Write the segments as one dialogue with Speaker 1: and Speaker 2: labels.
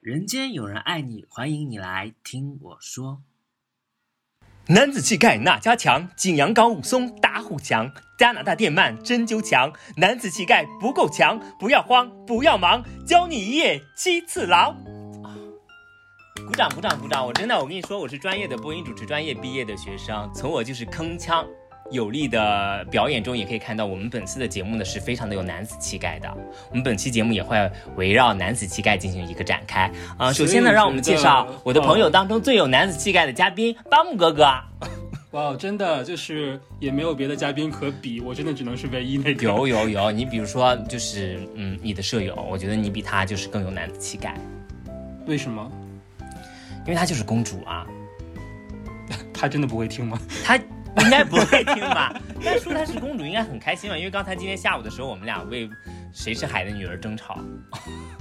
Speaker 1: 人间有人爱你，欢迎你来听我说。
Speaker 2: 男子气概哪家强？景阳冈武松打虎强，加拿大电鳗针灸强。男子气概不够强，不要慌，不要忙，教你一夜七次牢。鼓掌，鼓掌，鼓掌！我真的，我跟你说，我是专业的播音主持专业毕业的学生，从我就是铿锵有力的表演中，也可以看到我们本次的节目呢是非常的有男子气概的。我们本期节目也会围绕男子气概进行一个展开啊、首先呢，
Speaker 3: 所以
Speaker 2: 让我们
Speaker 3: 觉
Speaker 2: 介
Speaker 3: 得
Speaker 2: 绍我的朋友
Speaker 3: 嗯
Speaker 2: 当中最有男子气概的嘉宾巴木哥哥。
Speaker 3: 哇，哦真的就是也没有别的嘉宾可比，我真的只能是唯一那个。
Speaker 2: 有有有，你比如说就是嗯，你的舍友，我觉得你比她就是更有男子气概，
Speaker 3: 为什么？
Speaker 2: 因为她就是公主啊，
Speaker 3: 他真的不会听吗？
Speaker 2: 她应该不会听吧？但说她是公主应该很开心吧？因为刚才今天下午的时候，我们俩为谁是海的女儿争吵。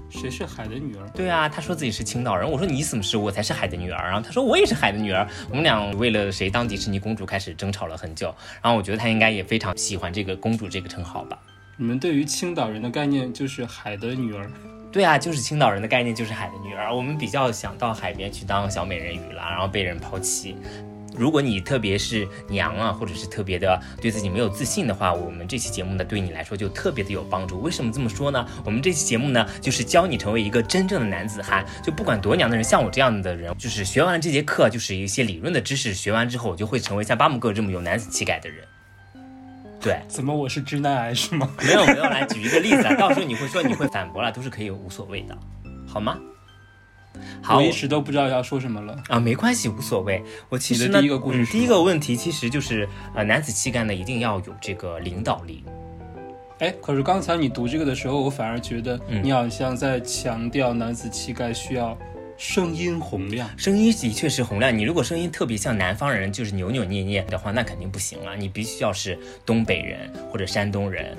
Speaker 3: 谁是海的女儿？
Speaker 2: 对啊，她说自己是青岛人，我说你怎么是我才是海的女儿？然后她说我也是海的女儿，我们俩为了谁当迪士尼公主开始争吵了很久。然后我觉得她应该也非常喜欢这个公主这个称号吧。
Speaker 3: 你们对于青岛人的概念就是海的女儿，
Speaker 2: 对啊，就是青岛人的概念就是海的女儿，我们比较想到海边去当小美人鱼啦，然后被人抛弃。如果你特别是娘啊，或者是特别的对自己没有自信的话，我们这期节目呢对你来说就特别的有帮助。为什么这么说呢？我们这期节目呢就是教你成为一个真正的男子汉，就不管多娘的人，像我这样的人，就是学完了这节课，就是一些理论的知识，学完之后我就会成为像巴姆哥这么有男子气概的人。对，
Speaker 3: 怎么我是直男癌是吗？
Speaker 2: 没有没有，来举一个例子啊，到时候你会说你会反驳了，都是可以无所谓的，好吗？好
Speaker 3: 我一时都不知道要说什么了。
Speaker 2: 啊，没关系，无所谓。我其实
Speaker 3: 你
Speaker 2: 呢，
Speaker 3: 的第一个故事
Speaker 2: 嗯
Speaker 3: 是什
Speaker 2: 第
Speaker 3: 么
Speaker 2: 一个问题其实就是呃，男子气概呢一定要有这个领导力，
Speaker 3: 哎，可是刚才你读这个的时候，我反而觉得
Speaker 2: 嗯
Speaker 3: 你好像在强调男子气概需要声音洪亮。
Speaker 2: 声音的确是洪亮。你如果声音特别像南方人，就是扭扭捏捏的话，那肯定不行啊了。你必须要是东北人或者山东人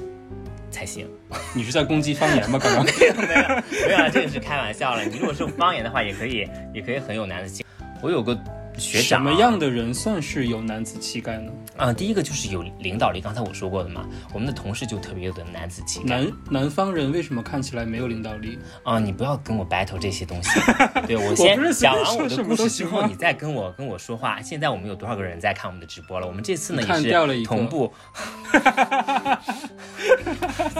Speaker 2: 才 行。
Speaker 3: 你是在攻击方言吗？刚 刚
Speaker 2: 没有啊，这个是开玩笑了。你如果是方言的话，也可以，也可以很有男子气。我有个学
Speaker 3: 什
Speaker 2: 长，
Speaker 3: 么样的人算是有男子气概呢？
Speaker 2: 啊、第一个就是有领导力，刚才我说过的嘛，我们的同事就特别有的男子气概。
Speaker 3: 南南方人为什么看起来没有领导力？
Speaker 2: 啊、你不要跟我 battle 这些东西。 对我先
Speaker 3: 不是随
Speaker 2: 讲
Speaker 3: 便
Speaker 2: 完
Speaker 3: 说
Speaker 2: 我的
Speaker 3: 什么
Speaker 2: 故
Speaker 3: 都
Speaker 2: 事之
Speaker 3: 行
Speaker 2: 后，
Speaker 3: 吗
Speaker 2: 你再跟我跟我说话。现在我们有多少个人在看我们的直播了？我们这次呢
Speaker 3: 你看掉了
Speaker 2: 也
Speaker 3: 一
Speaker 2: 是
Speaker 3: 个
Speaker 2: 同步，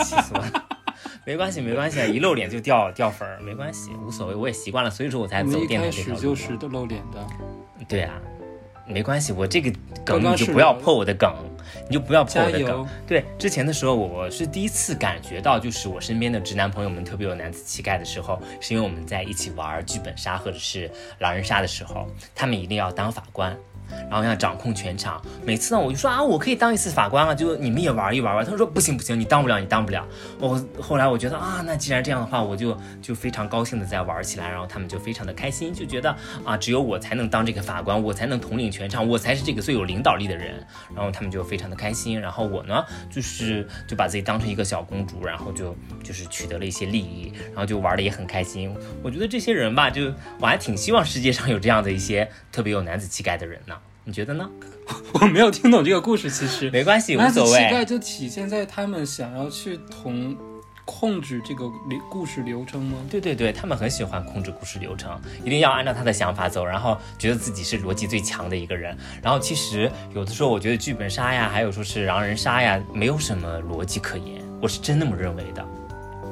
Speaker 2: 气死我了。没关系，没关系，一露脸就掉掉粉儿，没关系，无所谓，我也习惯了，所以说我才
Speaker 3: 我们
Speaker 2: 走
Speaker 3: 一
Speaker 2: 电台
Speaker 3: 开
Speaker 2: 这条
Speaker 3: 始
Speaker 2: 路。
Speaker 3: 就是露脸的，
Speaker 2: 对啊，没关系，我这个
Speaker 3: 刚
Speaker 2: 梗
Speaker 3: 刚
Speaker 2: 你就是不要
Speaker 3: 我
Speaker 2: 破我的梗，你就不要破
Speaker 3: 加
Speaker 2: 我的梗
Speaker 3: 油。！
Speaker 2: 对，之前的时候我是第一次感觉到，就是我身边的直男朋友们特别有男子气概的时候，是因为我们在一起玩剧本杀或者是狼人杀的时候，他们一定要当法官。然后要掌控全场，每次呢我就说啊，我可以当一次法官啊，就你们也玩一玩吧。他说不行不行，你当不了，你当不了。我后来我觉得啊，那既然这样的话，我就就非常高兴的在玩起来，然后他们就非常的开心，就觉得啊，只有我才能当这个法官，我才能统领全场，我才是这个最有领导力的人。然后他们就非常的开心。然后我呢，就是就把自己当成一个小公主，然后就就是取得了一些利益，然后就玩的也很开心。我觉得这些人吧，就我还挺希望世界上有这样的一些特别有男子气概的人呢。你觉得呢？
Speaker 3: 我没有听懂这个故事，其实
Speaker 2: 没关系，无
Speaker 3: 男子
Speaker 2: 所
Speaker 3: 气概
Speaker 2: 谓。
Speaker 3: 就体现在他们想要去同控制这个流故事流程吗？
Speaker 2: 对对对，他们很喜欢控制故事流程，一定要按照他的想法走，然后觉得自己是逻辑最强的一个人。然后其实有的时候，我觉得剧本杀呀，还有说是狼人杀呀，没有什么逻辑可言，我是真那么认为的。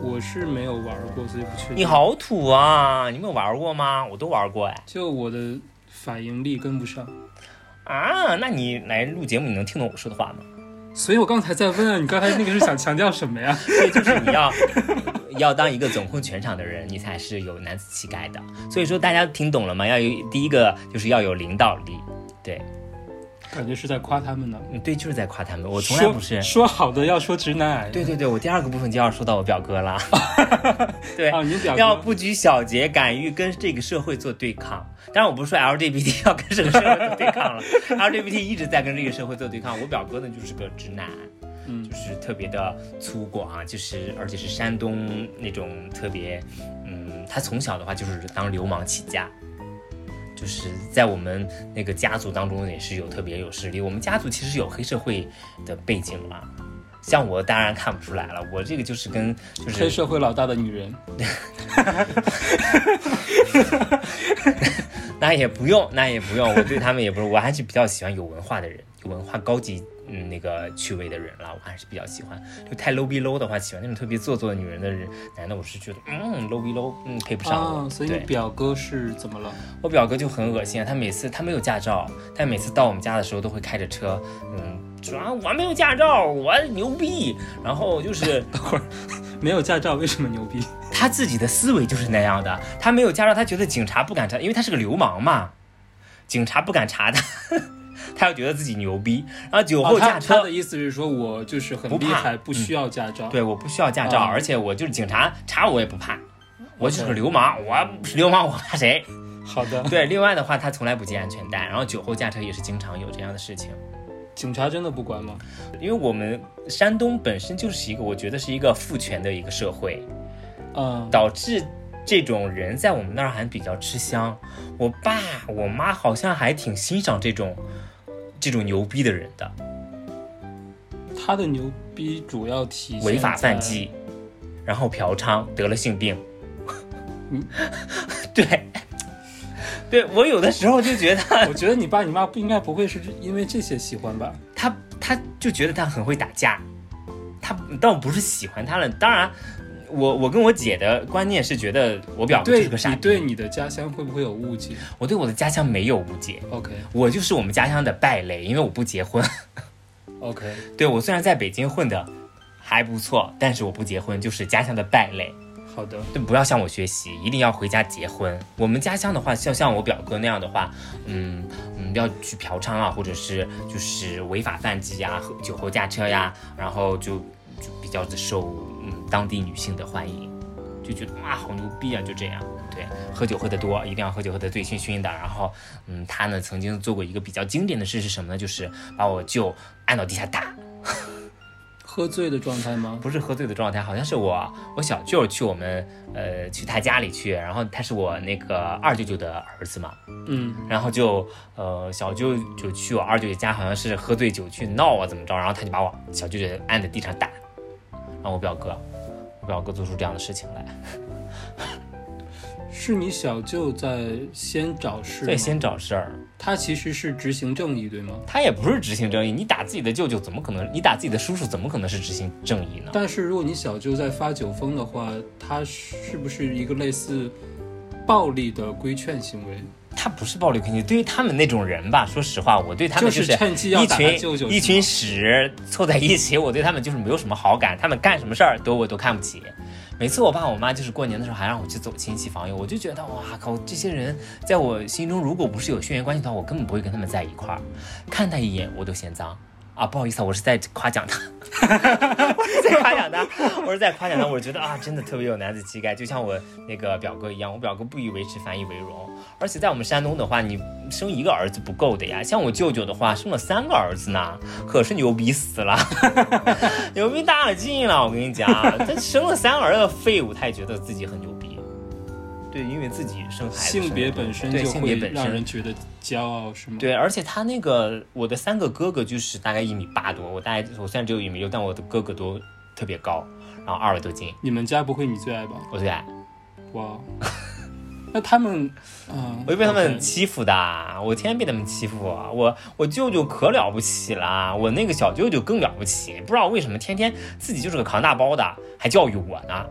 Speaker 3: 我是没有玩过，所以不确定。
Speaker 2: 你，好土啊！你们有玩过吗？我都玩过哎。
Speaker 3: 就我的反应力跟不上，
Speaker 2: 啊，那你来录节目，你能听懂我说的话吗？
Speaker 3: 所以我刚才在问啊，你刚才那个是想强调什么呀？
Speaker 2: 对，就是你要 要当一个总控全场的人，你才是有男子气概的。所以说大家听懂了吗？要有第一个就是要有领导力。对，
Speaker 3: 感觉是在夸他们呢。
Speaker 2: 嗯，对，就是在夸他们。我从来不是
Speaker 3: 说。说好的要说直男癌，
Speaker 2: 对对对，我第二个部分就要说到我表哥了。对，
Speaker 3: 啊，你表
Speaker 2: 要
Speaker 3: 哥
Speaker 2: 不拘小节，敢于跟这个社会做对抗。当然，我不是说 LGBT 要跟这个社会做对 抗了，LGBT 一直在跟这个社会做对抗。我表哥呢，就是个直男，
Speaker 3: 嗯
Speaker 2: 就是特别的粗犷，啊就是而且是山东那种特别，嗯，他从小的话就是当流氓起家。就是在我们那个家族当中也是有特别有势力，我们家族其实有黑社会的背景啦，像我当然看不出来了，我这个就是跟就
Speaker 3: 黑
Speaker 2: 是
Speaker 3: 社会老大的女人，
Speaker 2: 那也不用，那也不用，我对他们也不是，我还是比较喜欢有文化的人，有文化高级。嗯，那个趣味的人了，我还是比较喜欢。就太 low 逼 low 的话，喜欢那种特别做作的女人的人，男的我是觉得，嗯，low 逼 low，嗯，配不上我。
Speaker 3: 啊，所以
Speaker 2: 对
Speaker 3: 你表哥是怎么了？
Speaker 2: 我表哥就很恶心啊，他每次他没有驾照，但每次到我们家的时候都会开着车，嗯，说啊我没有驾照，我牛逼。然后就是
Speaker 3: 等会儿没有驾照为什么牛逼？
Speaker 2: 他自己的思维就是那样的，他没有驾照，他觉得警察不敢查，因为他是个流氓嘛，警察不敢查他， 他又觉得自己牛逼，然后酒后
Speaker 3: 哦他
Speaker 2: 驾车。
Speaker 3: 他的意思是说我就是很
Speaker 2: 不
Speaker 3: 厉
Speaker 2: 怕嗯
Speaker 3: 害，不需要驾照。
Speaker 2: 对，我不需要驾照，
Speaker 3: 啊
Speaker 2: 而且我就是警察查我也不怕，我就是个
Speaker 3: OK
Speaker 2: 流氓，我是流氓我怕谁？
Speaker 3: 好的，
Speaker 2: 对，另外的话他从来不系安全带，然后酒后驾车也是经常有这样的事情。
Speaker 3: 警察真的不管吗？
Speaker 2: 因为我们山东本身就是一个，我觉得是一个父权的一个社会，
Speaker 3: 嗯，
Speaker 2: 导致这种人在我们那儿还比较吃香。我爸我妈好像还挺欣赏这种这种牛逼的人的，
Speaker 3: 他的牛逼主要体现
Speaker 2: 违法
Speaker 3: 在
Speaker 2: 犯。纪，然后嫖娼得了性病
Speaker 3: 嗯。
Speaker 2: 对，对我有的时候就觉得
Speaker 3: 我觉得你爸你妈不应该不会是因为这些喜欢吧？
Speaker 2: 他他就觉得他很会打架，他倒不是喜欢他了。当然，我我跟我姐的观念是觉得我表哥就
Speaker 3: 对
Speaker 2: 是个傻
Speaker 3: 你
Speaker 2: 逼。
Speaker 3: 对你的家乡会不会有误解
Speaker 2: 我对我的家乡没有误解，
Speaker 3: ？OK
Speaker 2: 我就是我们家乡的败类，因为我不结婚。
Speaker 3: OK，
Speaker 2: 对我虽然在北京混的还不错，但是我不结婚，就是家乡的败类。
Speaker 3: 好的，
Speaker 2: 对，不要向我学习，一定要回家结婚。我们家乡的话，像像我表哥那样的话，嗯嗯，要去嫖娼啊，或者是就是违法犯纪呀、喝酒后驾车呀，然后就就比较的受嗯当地女性的欢迎，就觉得哇好牛逼啊，就这样。对，喝酒喝得多，一定要喝酒喝得醉醺醺的。然后，嗯，他呢曾经做过一个比较经典的事是什么呢？就是把我舅按到地下打，
Speaker 3: 喝醉的状态吗？
Speaker 2: 不是喝醉的状态，好像是我我小舅去我们呃去他家里去，然后他是我那个二舅舅的儿子嘛，
Speaker 3: 嗯，
Speaker 2: 然后就呃小舅就去我二舅舅家，好像是喝醉酒去闹啊怎么着，然后他就把我小舅舅按在地上打，然后我表哥，我表哥做出这样的事情来，
Speaker 3: 是你小舅在先找事
Speaker 2: 所以
Speaker 3: 吗，
Speaker 2: 先找事儿，
Speaker 3: 他其实是执行正义，对吗？
Speaker 2: 他也不是执行正义，你打自己的舅舅怎么可能？你打自己的叔叔怎么可能是执行正义呢？
Speaker 3: 但是如果你小舅在发酒疯的话，他是不是一个类似暴力的规劝行为？
Speaker 2: 他不是暴力攻击，对于他们那种人吧，说实话，我对他们
Speaker 3: 就是
Speaker 2: 是
Speaker 3: 趁机要
Speaker 2: 一
Speaker 3: 打他
Speaker 2: 群
Speaker 3: 舅舅
Speaker 2: 一
Speaker 3: 是
Speaker 2: 群
Speaker 3: 吗
Speaker 2: 屎凑在一起，我对他们就是没有什么好感，他们干什么事儿都我都看不起。每次我爸我妈就是过年的时候还让我去走亲戚访友，我就觉得哇靠，这些人在我心中如果不是有血缘关系的话，我根本不会跟他们在一块儿，看他一眼我都嫌脏。啊，不好意思啊，我是在夸奖他，我是在夸奖他，我是在夸奖他。我觉得啊，真的特别有男子气概，就像我那个表哥一样。我表哥不以为耻，反以为荣。而且在我们山东的话，你生一个儿子不够的呀。像我舅舅的话，生了三个儿子呢，可是牛逼死了， 牛逼大了劲了。我跟你讲，他生了三个儿子废物，他也觉得自己很牛逼。对，因为自己生孩子，
Speaker 3: 性别本身
Speaker 2: 对
Speaker 3: 就
Speaker 2: 性
Speaker 3: 会
Speaker 2: 别本
Speaker 3: 让
Speaker 2: 身
Speaker 3: 人觉得骄傲，是吗？
Speaker 2: 对，而且他那个我的三个哥哥就是大概一米八多，我大概我虽然只有一米六，但我的哥哥都特别高，然后二百多斤，
Speaker 3: 你们家不会你最爱吧？
Speaker 2: 我哎最矮，
Speaker 3: 哇，哦 那他们，嗯、
Speaker 2: 我就被他们
Speaker 3: OK
Speaker 2: 欺负的，我天天被他们欺负，我我舅舅可了不起了，我那个小舅舅更了不起，不知道为什么天天自己就是个扛大包的，还教育我呢，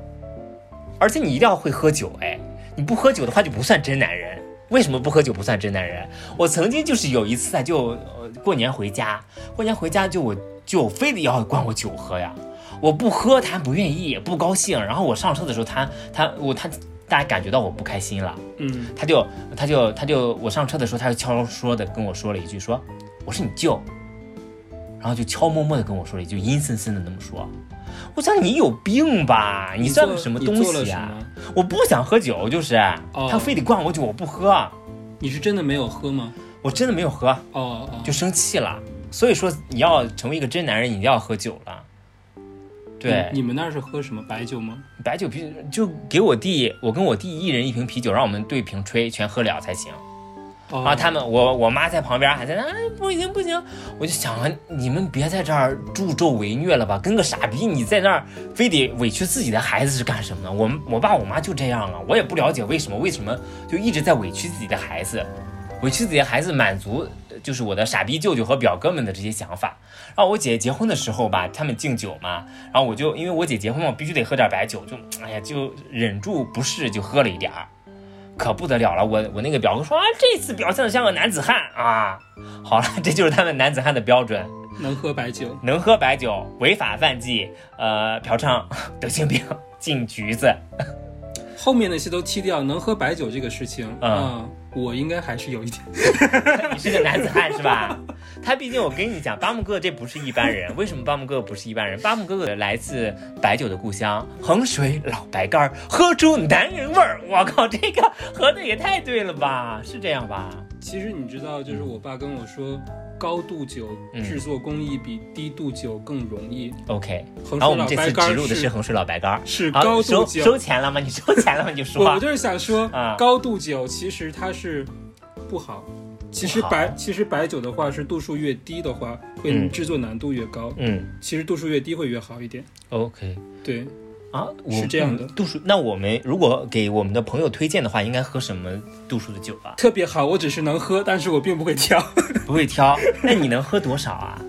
Speaker 2: 而且你一定要会喝酒，哎，你不喝酒的话就不算真男人。为什么不喝酒不算真男人？我曾经就是有一次啊，就呃过年回家，过年回家就我舅非得要灌我酒喝呀，我不喝他不愿意，不高兴。然后我上车的时候他他我他大家感觉到我不开心了，
Speaker 3: 嗯，
Speaker 2: 他就他就他就我上车的时候，他就悄悄说的跟我说了一句说我是你舅，然后就悄摸摸的跟我说了一句阴森森的那么说，我想你有病吧，你算
Speaker 3: 做
Speaker 2: 个什么
Speaker 3: 你
Speaker 2: 东
Speaker 3: 做了
Speaker 2: 西
Speaker 3: 什
Speaker 2: 啊？
Speaker 3: 么？
Speaker 2: 我不想喝酒，就是、
Speaker 3: 哦
Speaker 2: 他非得灌我酒，我不喝，
Speaker 3: 你是真的没有喝吗？
Speaker 2: 我真的没有喝，
Speaker 3: 哦哦，
Speaker 2: 就生气了。所以说你要成为一个真男人，你一定要喝酒了。对，
Speaker 3: 你你们那儿是喝什么白酒吗？
Speaker 2: 白酒啤就给我弟，我跟我弟一人一瓶啤酒，让我们对瓶吹，全喝了才行。
Speaker 3: 哦
Speaker 2: 然后啊他们，我我妈在旁边还在那，哎，不行不行，我就想啊，你们别在这儿助纣为虐了吧，跟个傻逼，你在那儿非得委屈自己的孩子是干什么呢？我们我爸我妈就这样了，我也不了解为什么，为什么就一直在委屈自己的孩子，委屈自己的孩子满足呃就是我的傻逼舅舅和表哥们的这些想法。然后我姐结婚的时候吧，他们敬酒嘛，然后我就因为我姐结婚嘛，我必须得喝点白酒，就哎呀就忍住不适就喝了一点儿。可不得了了，我我那个表哥说啊，这次表现的像个男子汉啊。好了， 这就是他们男子汉的标准，
Speaker 3: 能喝白酒，
Speaker 2: 能喝白酒，违法犯纪，呃，嫖娼， 得性病，进局子。
Speaker 3: 后面那些都踢掉。能喝白酒这个事情，
Speaker 2: 嗯
Speaker 3: 啊，我应该还是有一点。
Speaker 2: 你是个男子汉是 吧？他毕竟我跟你讲，巴木哥这不是一般人。为什么巴木哥不是一般人？巴木哥哥来自白酒的故乡衡水老白干儿，喝出男人味儿。我靠，这个喝的也太对了吧？是这样吧？
Speaker 3: 其实你知道，就是我爸跟我说，高度酒
Speaker 2: 嗯
Speaker 3: 制作工艺比低度酒更容易。
Speaker 2: OK，
Speaker 3: 衡
Speaker 2: 然后我
Speaker 3: 水老
Speaker 2: 们这次
Speaker 3: 白干
Speaker 2: 植
Speaker 3: 儿
Speaker 2: 入的是衡水老白干儿，
Speaker 3: 是
Speaker 2: 好
Speaker 3: 高度
Speaker 2: 收
Speaker 3: 酒
Speaker 2: 收钱了吗？你收钱了吗？你就
Speaker 3: 我我
Speaker 2: 说。
Speaker 3: 就是想说
Speaker 2: 啊，
Speaker 3: 高度酒其实它是不好。其实
Speaker 2: 不好
Speaker 3: 白其实白酒的话是度数越低的话，会
Speaker 2: 嗯
Speaker 3: 制作难度越高。
Speaker 2: 嗯
Speaker 3: 其实度数越低会越好一点。
Speaker 2: ，OK。
Speaker 3: 对，
Speaker 2: 啊，我
Speaker 3: 是这样的
Speaker 2: 嗯度数。那我们如果给我们的朋友推荐的话，应该喝什么度数的酒啊？
Speaker 3: 特别好，我只是能喝，但是我 并不 会挑。
Speaker 2: 不会挑，那你能喝多少啊？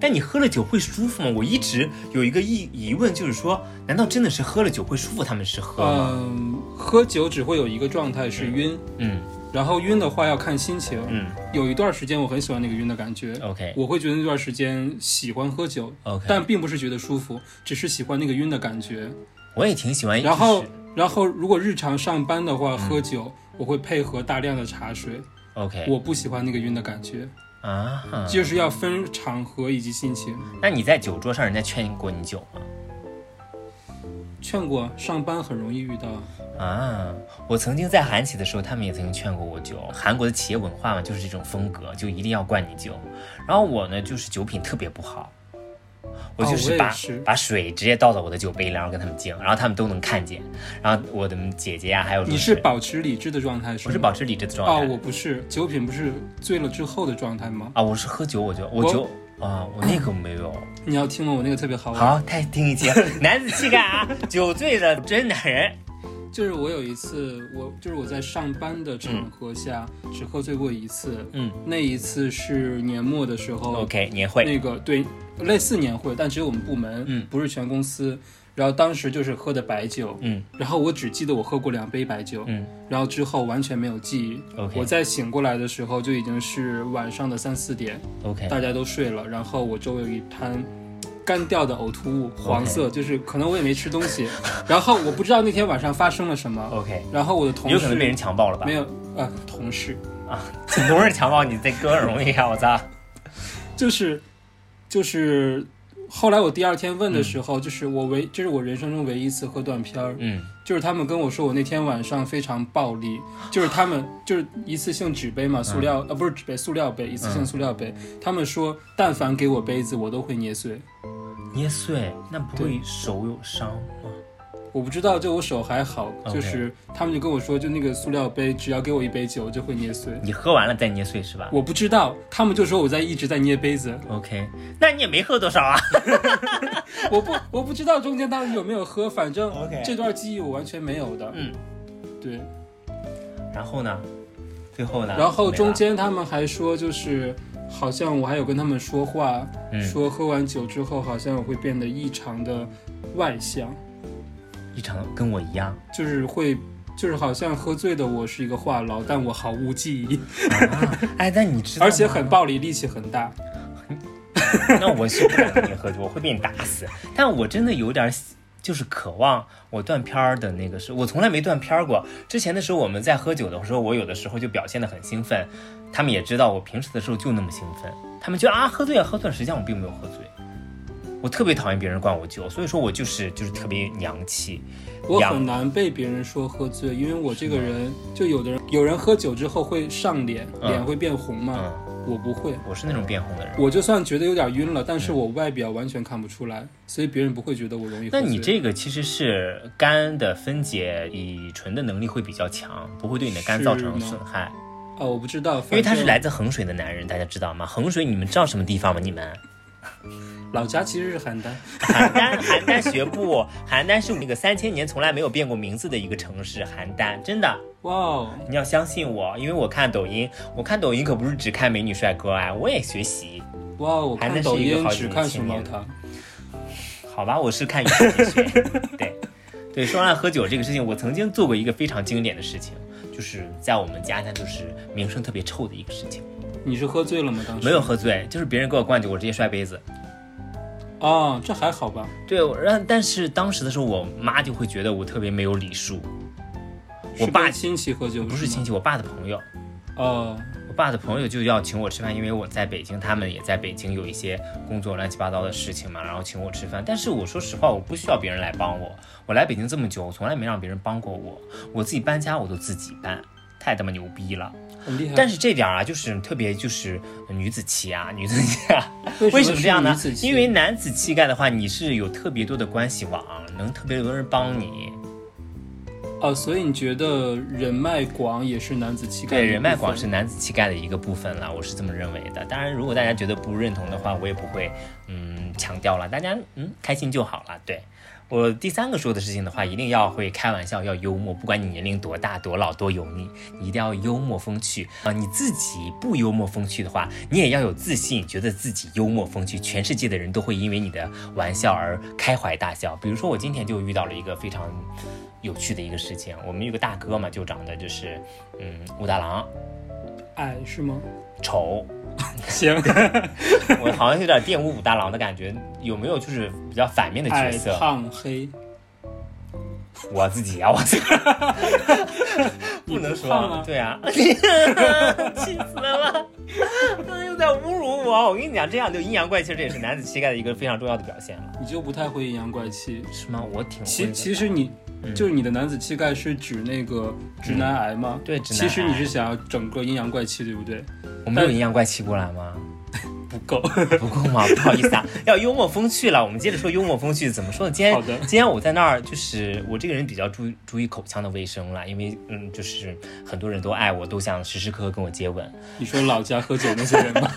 Speaker 2: 但你喝了酒会舒服吗？我一直有一个疑疑问，就是说，难道真的是喝了酒会舒服？他们是喝吗？
Speaker 3: 嗯，喝酒只会有一个状态是晕，
Speaker 2: 哦嗯
Speaker 3: 然后晕的话要看心情。
Speaker 2: 嗯
Speaker 3: 有一段时间我很喜欢那个晕的感觉，
Speaker 2: ，OK
Speaker 3: 我会觉得那段时间喜欢喝酒，
Speaker 2: OK，
Speaker 3: 但并不是觉得舒服，只是喜欢那个晕的感觉。
Speaker 2: 我也挺喜欢。
Speaker 3: 然后
Speaker 2: 哎就是，嗯
Speaker 3: 然后如果日常上班的话，喝酒我会配合大量的茶水，
Speaker 2: OK，
Speaker 3: 我不喜欢那个晕的感觉，
Speaker 2: 啊哈，
Speaker 3: 就是要分场合以及心情。
Speaker 2: 那你在酒桌上，人家劝过你酒吗？
Speaker 3: 劝过，上班很容易遇到。
Speaker 2: 啊，我曾经在韩企的时候，他们也曾经劝过我酒。韩国的企业文化嘛，就是这种风格，就一定要灌你酒。然后我呢，就是酒品特别不好，我
Speaker 3: 哦
Speaker 2: 就
Speaker 3: 我
Speaker 2: 是
Speaker 3: 也
Speaker 2: 把、
Speaker 3: 是
Speaker 2: 把水直接倒到我的酒杯里，然后跟他们敬，然后他们都能看见。然后我的姐姐呀、还有
Speaker 3: 你
Speaker 2: 同
Speaker 3: 是
Speaker 2: 事
Speaker 3: 保持理智的状态是
Speaker 2: 我
Speaker 3: 吗？
Speaker 2: 是保持理智的状
Speaker 3: 哦，
Speaker 2: 态
Speaker 3: 我不是，酒品不是醉了之后的状态吗？
Speaker 2: 啊，我是喝酒，我就我
Speaker 3: 我
Speaker 2: 酒啊，我那个没有。
Speaker 3: 你要听吗？我那个特别好玩。
Speaker 2: 好，太听一节男子气概啊， 酒醉的真男 人。
Speaker 3: 就是我有一次，我就是我在上班的场合下、只喝醉过一次，
Speaker 2: 嗯哦
Speaker 3: 那一次是年末的时候
Speaker 2: ，OK，年会
Speaker 3: 那个嗯对，类似年会，但只有我们部门，
Speaker 2: 嗯
Speaker 3: 不是全公司。然后当时就是喝的白酒，
Speaker 2: 嗯，
Speaker 3: 然后我只记得我喝过两杯白酒，
Speaker 2: 嗯，
Speaker 3: 然后之后完全没有记忆。
Speaker 2: OK
Speaker 3: 我在醒过来的时候就已经是晚上的三四点，
Speaker 2: OK，
Speaker 3: 大家都睡了，然后我周围有一滩干掉的呕吐物，黄色就是可能我也没吃东西，然后我不知道那天晚上发生了什么，
Speaker 2: OK，
Speaker 3: 然后我的同
Speaker 2: 有可能被人
Speaker 3: 事
Speaker 2: 强暴了吧？
Speaker 3: 没有啊，同事
Speaker 2: 挺多人强暴你，这哥容易啊！我操，
Speaker 3: 就是就是。后来我第二天问的时候，就是我唯这是我人生中唯一一次喝断片儿，
Speaker 2: 嗯，
Speaker 3: 就是他们跟我说我那天晚上非常暴力，就是他们就是一次性纸杯嘛，
Speaker 2: 嗯
Speaker 3: 塑料呃不是纸杯，塑料杯，一次性塑料杯，他们说但凡给我杯子我都会捏碎，
Speaker 2: 捏碎那不会手有伤吗？
Speaker 3: 我不知道，就我手还好，
Speaker 2: OK
Speaker 3: 就是他们就跟我说，就那个塑料杯，只要给我一杯酒就会捏碎。
Speaker 2: 你喝完了再捏碎是吧
Speaker 3: 我不知道，他们就说我在一直在捏杯子，
Speaker 2: ？OK，那你也没喝多少啊？
Speaker 3: 我不我不知道中间到底有没有喝，反正
Speaker 2: OK
Speaker 3: 这段记忆我完全没有的。
Speaker 2: 嗯，
Speaker 3: 对。
Speaker 2: 然后呢？最后呢？
Speaker 3: 然后中
Speaker 2: 没
Speaker 3: 间他们还说，就是好像我还有跟他们说话，
Speaker 2: 了，嗯，
Speaker 3: 说喝完酒之后好像我会变得异常的外向，
Speaker 2: 一场跟我一 样
Speaker 3: 就是会就是好像喝醉的我是一个话痨，但我毫无记 忆，
Speaker 2: 啊！哎，那你知道吗？
Speaker 3: 而且很暴力，力气很大。
Speaker 2: 那我是不敢跟你喝酒，我会被你打死。但我真的有点喜就是渴望我断片儿的那个事，我从来没断片儿过。之前的时候我们在喝酒的时候，我有的时候就表现得很兴奋，他们也知道我平时的时候就那么兴奋，他们觉得啊喝醉了喝醉了，实际上我并没有喝醉。我特别讨厌别人灌我酒，所以说我就是就是特别娘气，
Speaker 3: 我
Speaker 2: 养
Speaker 3: 很难被别人说喝醉，因为我这个人就有的人，有人喝酒之后会上脸，
Speaker 2: 嗯
Speaker 3: 脸会变红嘛，
Speaker 2: 嗯，
Speaker 3: 我不会。
Speaker 2: 我是那种变红的人。
Speaker 3: 我就算觉得有点晕了，但是
Speaker 2: 嗯
Speaker 3: 我外表完全看不出来，所以别人不会觉得我容易喝
Speaker 2: 那
Speaker 3: 醉。
Speaker 2: 你这个其实是肝的分解乙醇的能力会比较强，不会对你的肝造成
Speaker 3: 是吗
Speaker 2: 损害。
Speaker 3: 哦，我不知道，
Speaker 2: 因为他
Speaker 3: 反
Speaker 2: 是
Speaker 3: 正
Speaker 2: 来自衡水的男人，大家知道吗？衡水你们知道什么地方吗？你们？
Speaker 3: 老家，其实是邯郸。
Speaker 2: 邯郸，邯郸学步，邯郸是那个三千年从来没有变过名字的一个城市，邯郸真的，
Speaker 3: 哇哦，
Speaker 2: 你要相信我，因为我看抖音，我看抖音可不是只看美女帅哥啊，我也学习，
Speaker 3: 哇哦，我
Speaker 2: 邯郸
Speaker 3: 看
Speaker 2: 是
Speaker 3: 抖
Speaker 2: 一个
Speaker 3: 音
Speaker 2: 好几
Speaker 3: 只
Speaker 2: 年
Speaker 3: 看
Speaker 2: 前
Speaker 3: 熊猫
Speaker 2: 年
Speaker 3: 糖。
Speaker 2: 好吧，我是看影视 学，对，对，说到喝酒这个事情，我曾经做过一个非常经典的事情，就是在我们家那就是名声特别臭的一个事情，
Speaker 3: 你是喝醉了吗？当时
Speaker 2: 没有。喝醉，就是别人给我灌酒，我直接摔杯子。
Speaker 3: 哦，这还好吧？
Speaker 2: 对，我让但是当时的时候，我妈就会觉得我特别没有礼数，我
Speaker 3: 是
Speaker 2: 爸
Speaker 3: 跟亲戚喝酒
Speaker 2: 不是亲
Speaker 3: 戚。
Speaker 2: 戚，我爸的朋友。
Speaker 3: 哦，
Speaker 2: 我爸的朋友就要请我吃饭，因为我在北京，他们也在北京有一些工作乱七八糟的事情嘛，然后请我吃饭。但是我说实话，我不需要别人来帮我。我来北京这么久，我从来没让别人帮过我，我自己搬家我都自己搬，太他妈牛逼了。
Speaker 3: 很厉害。
Speaker 2: 但是这点儿啊，就是特别就是女子气啊，女子气啊。为
Speaker 3: 为
Speaker 2: 什
Speaker 3: 什
Speaker 2: 么
Speaker 3: 么
Speaker 2: 这样呢
Speaker 3: 是女子？气
Speaker 2: 因为男子气概的话，你是有特别多的关系网，能特别多人帮你。
Speaker 3: 哦，所以你觉得人脉广也是男子气概
Speaker 2: 对，
Speaker 3: 的一部分？
Speaker 2: 人脉广是男子气概的一个部分了，我是这么认为的。当然，如果大家觉得不认同的话，我也不会嗯强调了，大家嗯开心就好了。对我第三个说的事情的话，一定要会开玩笑，要幽默，不管你年龄多大、多老、多油腻，你一定要幽默风趣啊、你自己不幽默风趣的话，你也要有自信，觉得自己幽默风趣，全世界的人都会因为你的玩笑而开怀大笑。比如说，我今天就遇到了一个非常。有趣的一个事情，我们有个大哥嘛，就长得就是，嗯，武大郎，
Speaker 3: 矮 是吗？
Speaker 2: 丑，
Speaker 3: 行，
Speaker 2: 我好像有点玷污武大郎的感觉，有没有就是比较反面的角
Speaker 3: 矮
Speaker 2: 色？
Speaker 3: 胖黑，
Speaker 2: 我自己啊，我自己不能说，
Speaker 3: 胖啊
Speaker 2: 对啊， 气死了， 他又在侮辱我。我跟你讲，这样就阴阳怪气，这也是男子气概的一个非常重要的表现了，
Speaker 3: 你就不太会阴阳怪气。
Speaker 2: 是吗？我挺
Speaker 3: 其
Speaker 2: 会的
Speaker 3: 其实你
Speaker 2: 嗯
Speaker 3: 就是你的男子气概是指那个直男癌吗？
Speaker 2: 嗯对直男
Speaker 3: 其实你
Speaker 2: 癌
Speaker 3: 是想要整个阴阳怪气，对不对？
Speaker 2: 我没有阴阳怪气过来吗？
Speaker 3: 不够。
Speaker 2: 不够吗？不好意思啊，要幽默风趣了。我们接着说幽默风趣怎么说呢？今天
Speaker 3: 好的
Speaker 2: 今天我在那儿，就是我这个人比较注意注意口腔的卫生啦，因为嗯，就是很多人都爱我，都想时时刻刻跟我接吻。
Speaker 3: 你说老家喝酒那些人吗？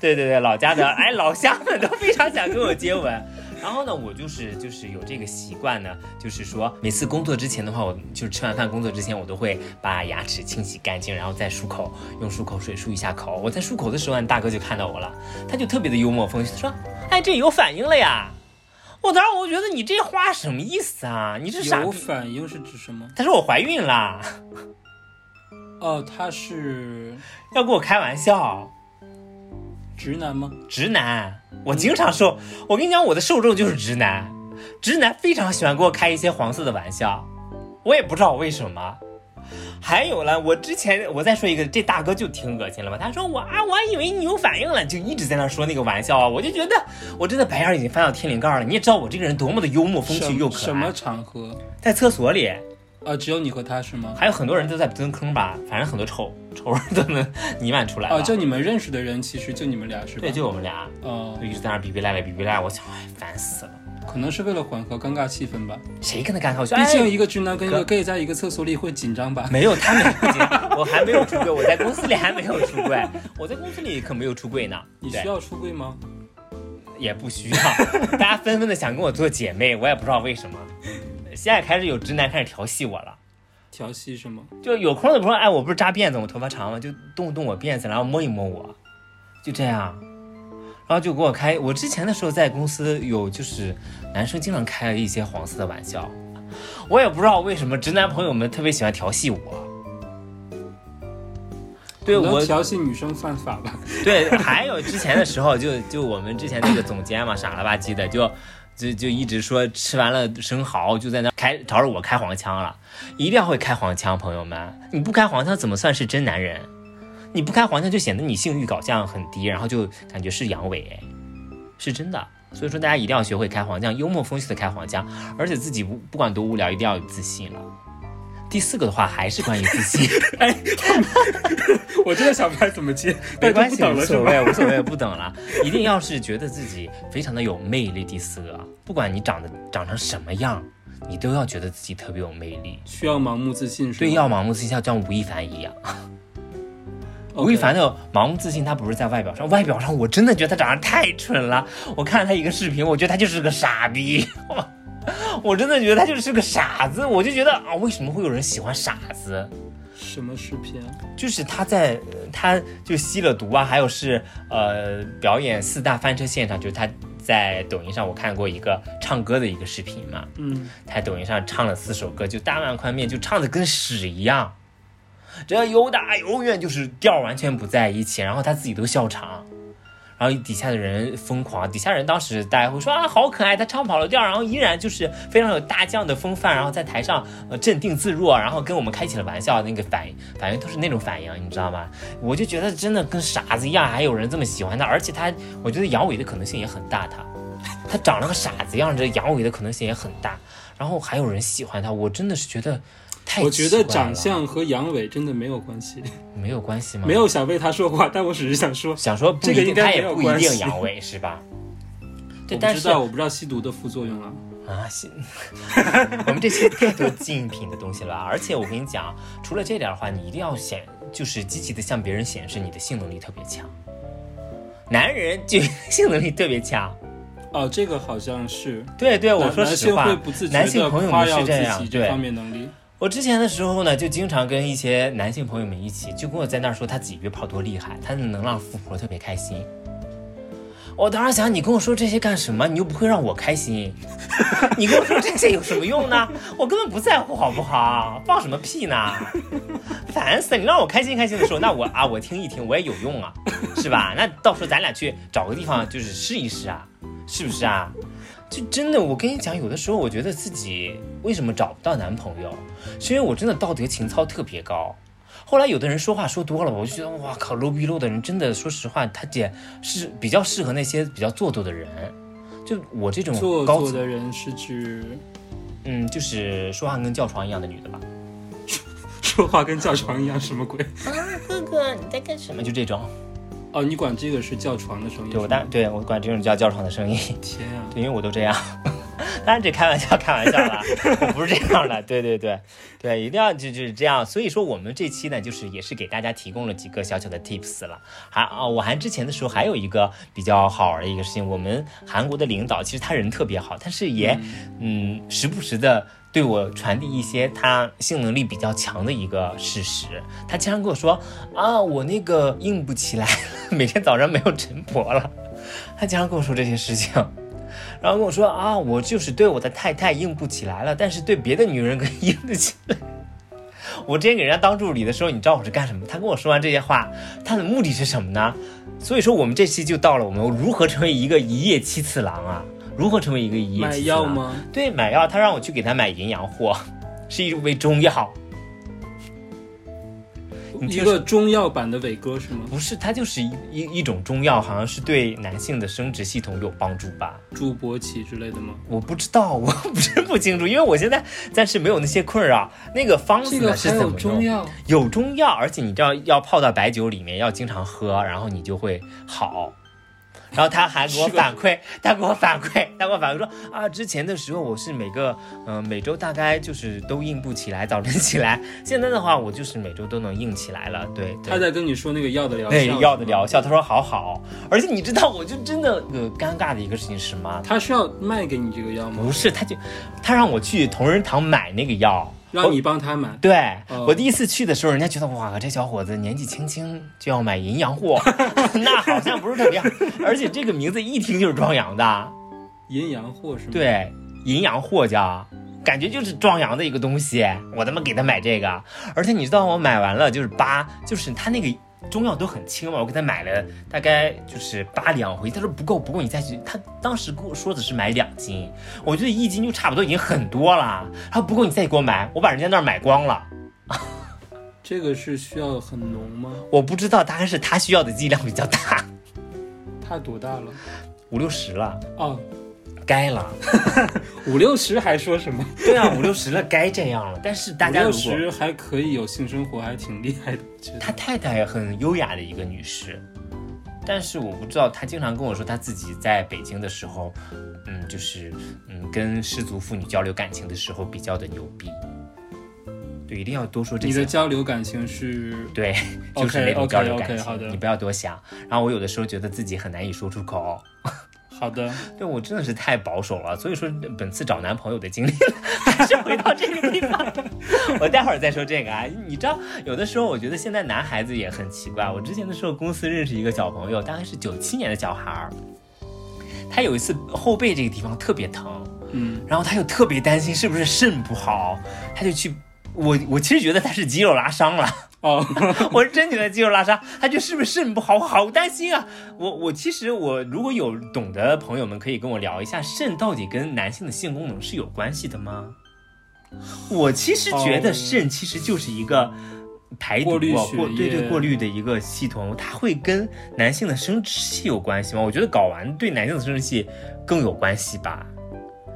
Speaker 2: 对对对，老家的哎老乡们都非常想跟我接吻。然后呢，我就是就是有这个习惯呢，就是说每次工作之前的话，我就是吃完饭工作之前，我都会把牙齿清洗干净，然后再漱口，用漱口水漱一下口。我在漱口的时候，大哥就看到我了，他就特别的幽默风趣，他说：“哎，这有反应了呀！”我当时我觉得你这话什么意思啊？你 是傻
Speaker 3: 有
Speaker 2: 逼？
Speaker 3: 反应是指什么？
Speaker 2: 他说我怀孕啦，
Speaker 3: 哦，他是
Speaker 2: 要跟我开玩笑。
Speaker 3: 直男吗？
Speaker 2: 直男，我经常受，我跟你讲，我的受众就是直男，直男非常喜欢给我开一些黄色的玩笑，我也不知道为什么。还有了，我之前我再说一个，这大哥就挺恶心了吧？他说我啊，我还以为你有反应了，就一直在那说那个玩笑啊，我就觉得我真的白眼已经翻到天灵盖了。你也知道我这个人多么的幽默风趣
Speaker 3: 什
Speaker 2: 又可
Speaker 3: 什么
Speaker 2: 爱，
Speaker 3: 场合？
Speaker 2: 在厕所里
Speaker 3: 啊，只有你和他是吗？
Speaker 2: 还有很多人都在蹲坑吧，反正很多臭臭味都能 弥漫出来了。
Speaker 3: 哦，就你们认识的人，其实就你们俩是吧？
Speaker 2: 对，就我们俩
Speaker 3: 哦
Speaker 2: 就，一直在那哔哔赖赖哔哔赖，我想哎烦死了。
Speaker 3: 可能是为了缓和尴尬气氛吧。
Speaker 2: 谁跟他干好？我说
Speaker 3: 毕竟
Speaker 2: 哎、
Speaker 3: 一个直男跟一
Speaker 2: 哥
Speaker 3: 个 gay 在一个厕所里会紧张吧？
Speaker 2: 没有他没有出 轨，我还没有出轨，我在公司里还没有出 轨，我在公司里可没有出轨呢。
Speaker 3: 你
Speaker 2: 对
Speaker 3: 需要出柜吗？
Speaker 2: 也不需要，大家纷纷的想跟我做姐妹，我也不知道为什么。现在开始有直男开始调戏我了，
Speaker 3: 调戏是吗？
Speaker 2: 就有空的时候，哎，我不是扎辫子，我头发长嘛，就动动我辫子，然后摸一摸我，就这样，然后就给我开。我之前的时候在公司有就是男生经常开一些黄色的玩笑，我也不知道为什么直男朋友们特别喜欢调戏我。对
Speaker 3: 可能
Speaker 2: 我
Speaker 3: 调戏女生犯法吧？
Speaker 2: 对，还有之前的时候就，就我们之前那个总监嘛，傻了吧唧的，就就就一直说吃完了生蚝就在那开朝着我开黄腔了，一定要会开黄腔，朋友们，你不开黄腔怎么算是真男人？你不开黄腔就显得你性欲导向很低，然后就感觉是阳痿，哎是真的。所以说大家一定要学会开黄腔，幽默风趣的开黄腔，而且自己不不管多无聊，一定要有自信了。第四个的话还是关于自信。
Speaker 3: 我真的想不来怎么接，
Speaker 2: 没
Speaker 3: 那就
Speaker 2: 关
Speaker 3: 不
Speaker 2: 系，
Speaker 3: 等
Speaker 2: 无
Speaker 3: 了是
Speaker 2: 所
Speaker 3: 吧？
Speaker 2: 谓，无所谓，不等了。一定要是觉得自己非常的有魅力第四个，不管你长得长成什么样，你都要觉得自己特别有魅力。
Speaker 3: 需要盲目自信是
Speaker 2: 对，
Speaker 3: 吗？
Speaker 2: 要盲目自信，像像吴亦凡一样。吴亦凡的盲目自信，他不是在外表上，外表上我真的觉得他长得太蠢了。我看了他一个视频，我觉得他就是个傻逼， 我真的觉得他就是个傻子。我就觉得啊，为什么会有人喜欢傻子？
Speaker 3: 什么视频？
Speaker 2: 就是他在他就吸了毒啊，还有是呃表演四大翻车现场，就是他在抖音上我看过一个唱歌的一个视频嘛，
Speaker 3: 嗯，
Speaker 2: 他抖音上唱了四首歌，就大碗宽面就唱的跟屎一样，这有打永远就是调完全不在一起，然后他自己都笑场。然后底下的人疯狂，底下人当时大家会说啊，好可爱，他唱跑了调，然后依然就是非常有大将的风范，然后在台上呃镇定自若，然后跟我们开起了玩笑，那个反反应都是那种反应，你知道吗？我就觉得真的跟傻子一样，还有人这么喜欢他，而且他，我觉得阳痿的可能性也很大，他他长了个傻子样，这阳痿的可能性也很大，然后还有人喜欢他，我真的是觉得太
Speaker 3: 我觉
Speaker 2: 哎奇
Speaker 3: 得
Speaker 2: 怪
Speaker 3: 长
Speaker 2: 了
Speaker 3: 相和阳痿真的没有关系，
Speaker 2: 没有关系吗？
Speaker 3: 没有想为他说话，但我只是想说，
Speaker 2: 想说不
Speaker 3: 这
Speaker 2: 一
Speaker 3: 个
Speaker 2: 定，
Speaker 3: 应该
Speaker 2: 他
Speaker 3: 没
Speaker 2: 也
Speaker 3: 有
Speaker 2: 不一
Speaker 3: 关
Speaker 2: 定
Speaker 3: 系
Speaker 2: 阳痿是 吧？ 对，
Speaker 3: 我不
Speaker 2: 但
Speaker 3: 知
Speaker 2: 是
Speaker 3: 道我不知道吸毒的副作用啊。
Speaker 2: 啊，行，我们这期太多竞品的东西了，而且我跟你讲，除了这点的话，你一定要显，就是积极的向别人显示你的性能力特别强。男人就 性能力特别强，
Speaker 3: 哦，这个好像是
Speaker 2: 对对，我
Speaker 3: 男
Speaker 2: 说
Speaker 3: 男
Speaker 2: 实
Speaker 3: 性
Speaker 2: 话
Speaker 3: 会不自，觉
Speaker 2: 男性
Speaker 3: 地
Speaker 2: 朋友
Speaker 3: 夸
Speaker 2: 们
Speaker 3: 耀
Speaker 2: 是
Speaker 3: 自
Speaker 2: 这样，
Speaker 3: 己这
Speaker 2: 对
Speaker 3: 方。面能力。
Speaker 2: 我之前的时候呢，就经常跟一些男性朋友们一起，就跟我在那儿说他自己约炮多厉害，他能让富婆特别开心。我当时想，你跟我说这些干什么？你又不会让我开心，你跟我说这些有什么用呢？我根本不在乎，好不好？放什么屁呢？烦死了！你让我开心开心的时候，那我啊，我听一听，我也有用啊，是吧？那到时候咱俩去找个地方，就是试一试啊，是不是啊？就真的，我跟你讲，有的时候我觉得自己为什么找不到男朋友，是因为我真的道德情操特别高。后来有的人说话说多了，我就觉得哇靠，low 逼 low 的人真的，说实话，他姐是比较适合那些比较做作的人。就我这种
Speaker 3: 做
Speaker 2: 嗯高
Speaker 3: 作
Speaker 2: 层
Speaker 3: 的人是指
Speaker 2: 嗯，就是说话跟叫床一样的女的吧。
Speaker 3: 说话跟叫床一样，什么鬼？
Speaker 2: 哥哥，你在干什么？就这种，
Speaker 3: 哦，你管这个是叫床的声音？
Speaker 2: 对我当对我管这种叫叫床的声音，
Speaker 3: 天啊！
Speaker 2: 对，因为我都这样。 当然这开玩笑，开玩笑啦，我不是这样的。对对对，对，一定要就就是这样。所以说我们这期呢，就是也是给大家提供了几个小小的 tips 了。还啊，我还之前的时候还有一个比较好玩的一个事情，我们韩国的领导其实他人特别好，但是也嗯时不时的。对我传递一些他性能力比较强的一个事实，他经常跟我说啊，我那个硬不起来了，每天早上没有晨勃了，他经常跟我说这些事情。 然后跟我说啊，我就是对我的太太硬不起来了，但是对别的女人可以硬得起来。 我之前给人家当助理的时候，你知道我是干什么？他跟我说完这些话，他的目的是什么呢？所以说我们这期就到了我们如何成为一个一夜七次郎啊，如何成为一个一夜
Speaker 3: 买
Speaker 2: 七次
Speaker 3: 药
Speaker 2: 郎？
Speaker 3: 吗？
Speaker 2: 对，买药，他让我去给他买营养货， 是一味中药。你
Speaker 3: 一
Speaker 2: 听
Speaker 3: 个中药版的伟哥是吗？
Speaker 2: 不是，它就是一一一种中药，好像是对男性的生殖系统有帮助吧？
Speaker 3: 朱勃起之类的吗？
Speaker 2: 我不知道， 我不是不清楚，因为我现在暂时没有那些困扰。那个方子
Speaker 3: 这
Speaker 2: 呢
Speaker 3: 个
Speaker 2: 是
Speaker 3: 还
Speaker 2: 怎
Speaker 3: 有
Speaker 2: 么
Speaker 3: 中
Speaker 2: 用？
Speaker 3: 药？
Speaker 2: 有中药，而且你知道要泡到白酒里面，要经常喝，然后你就会好。然后他还给我
Speaker 3: 是个
Speaker 2: 反 馈，他给我反馈，他给我反馈说啊，之前的时候我是每个嗯、呃每周大概就是都硬不起来，早晨起来， 现在的话我就是每周都能硬起来了。对，对
Speaker 3: 他在跟你说那个药的疗效
Speaker 2: 对
Speaker 3: 是吗
Speaker 2: 哎药的疗效，他说好好，而且你知道我就真的呃尴尬的一个事情是什么？
Speaker 3: 他是要卖给你这个药吗？
Speaker 2: 不是，他就他让我去同仁堂买那个药。
Speaker 3: 让你帮他买？
Speaker 2: 对、
Speaker 3: 哦
Speaker 2: 我第一次去的时候，人家觉得哇，这小伙子年纪轻轻就要买营养货， 那好像不是特别好。而且这个名字一听就是壮阳的，
Speaker 3: 阴阳货是吗？，
Speaker 2: 对，营养货叫，感觉就是壮阳的一个东西。我他妈给他买这个，而且你知道我买完了就是八，就是他那个。中药都很轻嘛，我给他买了大概就是八两回，他说不够不够，你再去。他当时跟我说的是买两斤，我觉得一斤就差不多已经很多了。他说不够你再给我买，我把人家那儿买光了。
Speaker 3: 这个是需要很浓吗？
Speaker 2: 我不知道，大概是他需要的剂量比较大，
Speaker 3: 他多大了？
Speaker 2: 五六十了，
Speaker 3: 哦，
Speaker 2: 该了。
Speaker 3: 五六十还说什么？
Speaker 2: 对啊，五六十了，该这样了。但是大
Speaker 3: 五
Speaker 2: 家
Speaker 3: 六
Speaker 2: 如果
Speaker 3: 十还可以有性生活，还挺厉害的。我觉得
Speaker 2: 他太太也很优雅的一个女士，但是我不知道，她经常跟我说她自己在北京的时候，嗯，就是嗯，跟失足妇女交流感情的时候比较的牛逼。对，一定要多说这
Speaker 3: 你的
Speaker 2: 些。
Speaker 3: 交流感情是
Speaker 2: 对， 就
Speaker 3: OK，
Speaker 2: 是那种
Speaker 3: OK，
Speaker 2: 交流感
Speaker 3: OK，
Speaker 2: 情
Speaker 3: 好的
Speaker 2: 你不要多想。然后我有的时候觉得自己很难以说出口，
Speaker 3: 好的，
Speaker 2: 对我真的是太保守了，所以说本次找男朋友的经历了， 还是回到这个地方的。 我待会儿再说这个啊，你知道，有的时候我觉得现在男孩子也很奇怪。我之前的时候公司认识一个小朋友，大概是九七年的小孩儿，他有一次后背这个地方特别疼，
Speaker 3: 嗯，
Speaker 2: 然后他又特别担心是不是肾不好，他就去。我我其实觉得他是肌肉拉伤了，
Speaker 3: 哦，
Speaker 2: 我是真觉得肌肉拉伤，他就是不是肾不好，我好担心啊！我我其实我如果有懂的朋友们，可以跟我聊一下，肾到底跟男性的性功能是有关系的吗？我其实觉得
Speaker 3: 哦
Speaker 2: 肾其实就是一个排毒
Speaker 3: 过滤
Speaker 2: 啊
Speaker 3: 血
Speaker 2: 过对对
Speaker 3: 液
Speaker 2: 过滤的一个系统，它会跟男性的生殖器有关系吗？我觉得睾丸对男性的生殖器更有关系吧。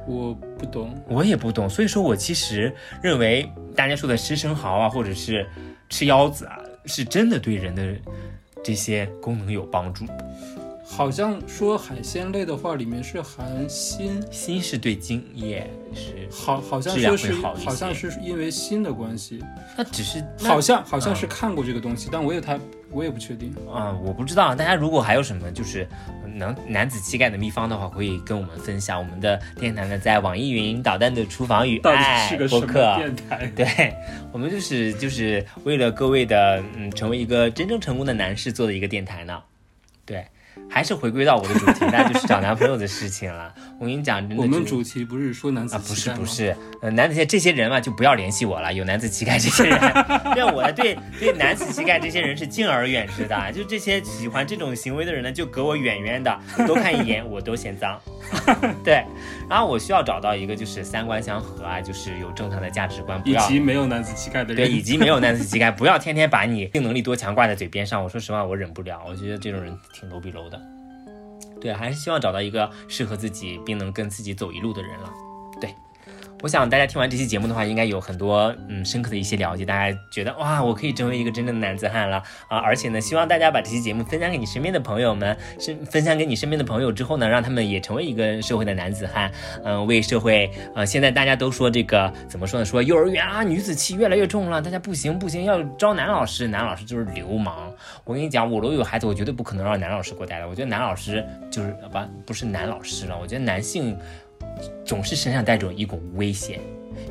Speaker 3: 我不懂，
Speaker 2: 我也不懂，所以说我其实认为大家说的吃生蚝啊，或者是吃腰子啊，是真的对人的这些功能有帮助。
Speaker 3: 好像说海鲜类的话，里面是含锌，
Speaker 2: 锌是对精液是，
Speaker 3: 好，好像
Speaker 2: 质量
Speaker 3: 说
Speaker 2: 会
Speaker 3: 是
Speaker 2: 好一些
Speaker 3: 像是因为锌的关系，
Speaker 2: 那只是那嗯
Speaker 3: 好像好像是看过这个东西，但我也它我也不确定。
Speaker 2: 啊、我不知道大家如果还有什么就是能男子气概的秘方的话，可以跟我们分享。我们的电台呢，在网易云导弹的厨房与
Speaker 3: 到底
Speaker 2: 爱
Speaker 3: 是个什
Speaker 2: 播
Speaker 3: 么
Speaker 2: 客啊
Speaker 3: 电 台？
Speaker 2: 对我们就是就是为了各位的嗯，成为一个真正成功的男士做的一个电台呢。对，还是回归到我的主题，那就是找男朋友的事情了。我跟你讲，真的
Speaker 3: 我们
Speaker 2: 就是
Speaker 3: 主题不是说男子
Speaker 2: 啊，不
Speaker 3: 气
Speaker 2: 是
Speaker 3: 概吗
Speaker 2: 不，是，呃，男子这些人嘛，就不要联系我了。有男子气概这些人，对我呢对对男子气概这些人是敬而远之的。就这些喜欢这种行为的人呢，就隔我远远的，多看一眼我都嫌脏。 对，然后我需要找到一个就是三观相合啊，就是有正常的价值观，不
Speaker 3: 以
Speaker 2: 要
Speaker 3: 及没有男子气概的
Speaker 2: 对，
Speaker 3: 人，
Speaker 2: 以及没有男子气概，不要天天把你性能力多强挂在嘴边上。我说实话，我忍不了，我觉得这种人挺 low 比 low 的。对，还是希望找到一个适合自己并能跟自己走一路的人了。对，我想大家听完这期节目的话，应该有很多嗯深刻的一些了解。大家觉得哇，我可以成为一个真正的男子汉了啊！而且呢，希望大家把这期节目分享给你身边的朋友们，是分享给你身边的朋友之后呢，让他们也成为一个社会的男子汉，嗯、为社会呃，现在大家都说这个怎么说呢？说幼儿园啊，女子气越来越重了，大家不行不行，要招男老师，男老师就是流氓。我跟你讲，我如果有孩子，我绝对不可能让男老师给我带来。我觉得男老师就是呃不不是男老师了，我觉得男性总是身上带着一股危险，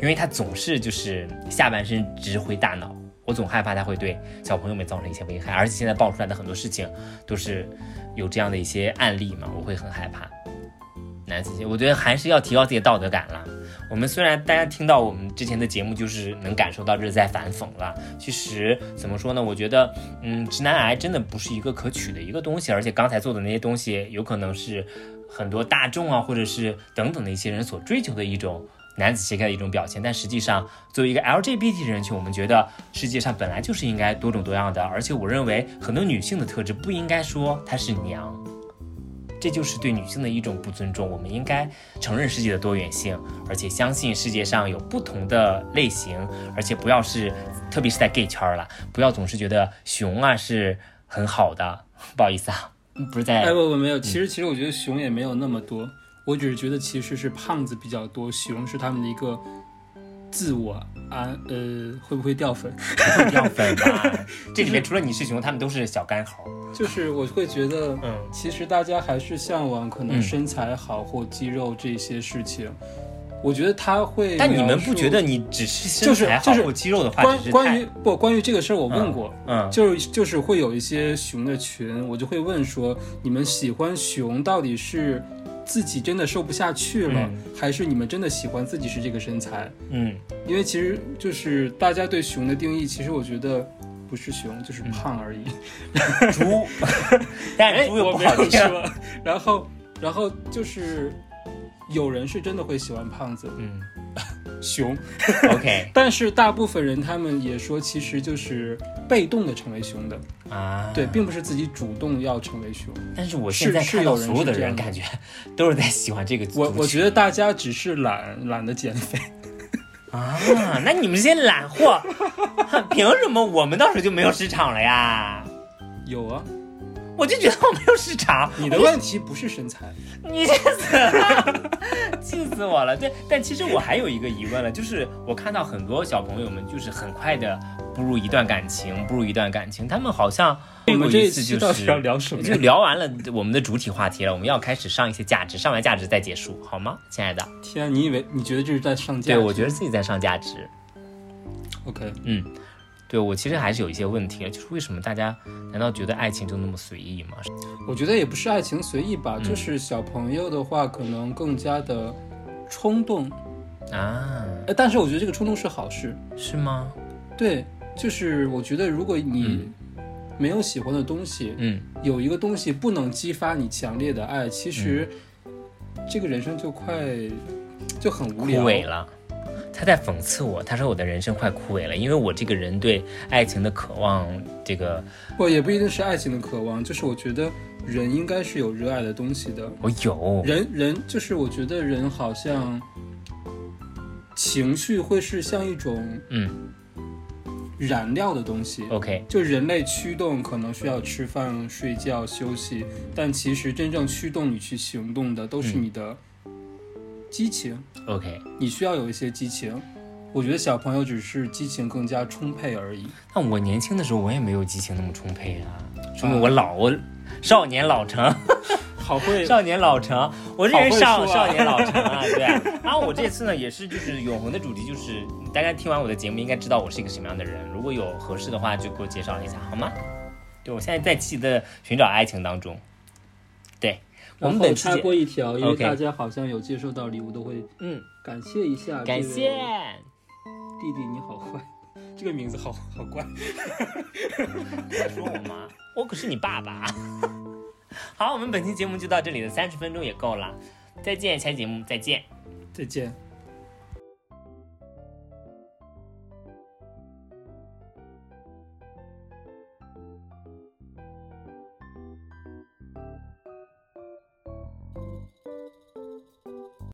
Speaker 2: 因为他总是就是下半身指挥大脑。我总害怕他会对小朋友们造成一些危害，而且现在爆出来的很多事情都是有这样的一些案例嘛，我会很害怕。男子气，我觉得还是要提高自己的道德感了。我们虽然大家听到我们之前的节目，就是能感受到这是在反讽了。其实怎么说呢？我觉得，嗯，直男癌真的不是一个可取的一个东西，而且刚才做的那些东西，有可能是很多大众啊，或者是等等的一些人所追求的一种男子气概的一种表现。但实际上，作为一个 LGBT 人群，我们觉得世界上本来就是应该多种多样的，而且我认为很多女性的特质不应该说她是娘。这就是对女性的一种不尊重。我们应该承认世界的多元性，而且相信世界上有不同的类型，而且不要是，特别是在 gay 圈儿了，不要总是觉得熊啊是很好的。不好意思啊，不是在
Speaker 3: 哎，不不
Speaker 2: 嗯
Speaker 3: 没有，其实其实我觉得熊也没有那么多，我只是觉得其实是胖子比较多，熊是他们的一个自我安、呃，会不会掉粉？
Speaker 2: 掉粉吧。这里面除了你是熊，他们都是小干猴。
Speaker 3: 就是我会觉得，
Speaker 2: 嗯，
Speaker 3: 其实大家还是向往可
Speaker 2: 嗯
Speaker 3: 能身材好或肌肉这些事情。我觉得他会，
Speaker 2: 但你们不觉得你只是身
Speaker 3: 就是
Speaker 2: 材好
Speaker 3: 就是
Speaker 2: 有肌肉的话，
Speaker 3: 关
Speaker 2: 只是
Speaker 3: 关
Speaker 2: 太
Speaker 3: 于不关于这个事儿，我问过，
Speaker 2: 嗯
Speaker 3: 就是就是会有一些熊的群，我就会问说，你们喜欢熊到底是自己真的瘦不下去了，
Speaker 2: 嗯
Speaker 3: 还是你们真的喜欢自己是这个身材？
Speaker 2: 嗯
Speaker 3: 因为其实就是大家对熊的定义，其实我觉得不是熊，就是
Speaker 2: 嗯
Speaker 3: 胖而已。
Speaker 2: 猪， 但是猪又
Speaker 3: 哎我
Speaker 2: 不
Speaker 3: 没
Speaker 2: 好
Speaker 3: 有
Speaker 2: 听。
Speaker 3: 说。然后，然后就是有人是真的会喜欢胖子
Speaker 2: 嗯
Speaker 3: 熊，
Speaker 2: ，OK
Speaker 3: 但是大部分人他们也说，其实就是被动的成为熊的，
Speaker 2: 啊，
Speaker 3: 对，并不是自己主动要成为熊。
Speaker 2: 但是我
Speaker 3: 是
Speaker 2: 现在
Speaker 3: 是
Speaker 2: 看到
Speaker 3: 有人
Speaker 2: 所有
Speaker 3: 是
Speaker 2: 的
Speaker 3: 这
Speaker 2: 人，
Speaker 3: 样的
Speaker 2: 感觉 都是在喜欢这个族
Speaker 3: 我
Speaker 2: 群。
Speaker 3: 我觉得大家只是懒，懒得减肥。
Speaker 2: 啊，那你们这些懒货， 哼凭什么我们到时候就没有市场了呀？
Speaker 3: 有 啊，
Speaker 2: 我就觉得我没有市场，
Speaker 3: 你的问题不是身材，
Speaker 2: 你这死了，气死 死我了。对，但其实我还有一个疑问了，就是我看到很多小朋友们就是很快的步入一段感情，步入一段感情，他们好像
Speaker 3: 我们这
Speaker 2: 一
Speaker 3: 一
Speaker 2: 次
Speaker 3: 期
Speaker 2: 就
Speaker 3: 到底
Speaker 2: 是
Speaker 3: 要聊什么呀
Speaker 2: 就聊完了我们的主体话题了，我们要开始上一些价值，上完价值再结束，好吗，亲爱的？
Speaker 3: 天，啊你以为你觉得这是在上架？
Speaker 2: 对，我觉得自己在上价值。嗯
Speaker 3: OK。
Speaker 2: 对我其实还是有一些问题，就是为什么大家难道觉得爱情就那么随意吗？
Speaker 3: 我觉得也不是爱情随意
Speaker 2: 嗯
Speaker 3: 吧，就是小朋友的话可能更加的冲动，
Speaker 2: 啊，
Speaker 3: 呃，但是我觉得这个冲动是好事。
Speaker 2: 是吗？
Speaker 3: 对，就是我觉得如果你没有喜欢的东西，
Speaker 2: 嗯，
Speaker 3: 有一个东西不能激发你强烈的爱，其实
Speaker 2: 嗯
Speaker 3: 这个人生就快就很无
Speaker 2: 枯
Speaker 3: 聊。
Speaker 2: 萎了。他在讽刺我，他说我的人生快枯萎了，因为我这个人对爱情的渴望，这个
Speaker 3: 不，也不一定是爱情的渴望，就是我觉得人应该是有热爱的东西的。
Speaker 2: 我有。
Speaker 3: 人人就是我觉得人好像情绪会是像一种
Speaker 2: 嗯
Speaker 3: 燃料的东西。
Speaker 2: ，OK，
Speaker 3: 就人类驱动可能需要吃饭、睡觉、休息，但其实真正驱动你去行动的都是你的激情，
Speaker 2: OK，
Speaker 3: 你需要有一些激情。我觉得小朋友只是激情更加充沛而已。
Speaker 2: 那我年轻的时候我也没有激情那么充沛啊，说明我老，我少年老成，
Speaker 3: 好会，
Speaker 2: 少年老成，我这人少、
Speaker 3: 好会说啊
Speaker 2: 少年老成 啊，对。然后我这次呢也是就是永恒的主题就是大家听完我的节目应该知道我是一个什么样的人，如果有合适的话就给我介绍一下好吗？对，我现在在积极的寻找爱情当中。对，我们本期
Speaker 3: 插
Speaker 2: 节
Speaker 3: 播一条，因为
Speaker 2: OK
Speaker 3: 大家好像有接收到礼物都会
Speaker 2: 嗯
Speaker 3: 感谢一下，
Speaker 2: 感谢。
Speaker 3: 弟弟，你好坏， 这个名字好好怪。
Speaker 2: 在说我吗？我可是你爸爸。 好，我们本期节目就到这里了，三十分钟也够了，再见，下期节目再见。
Speaker 3: 再见。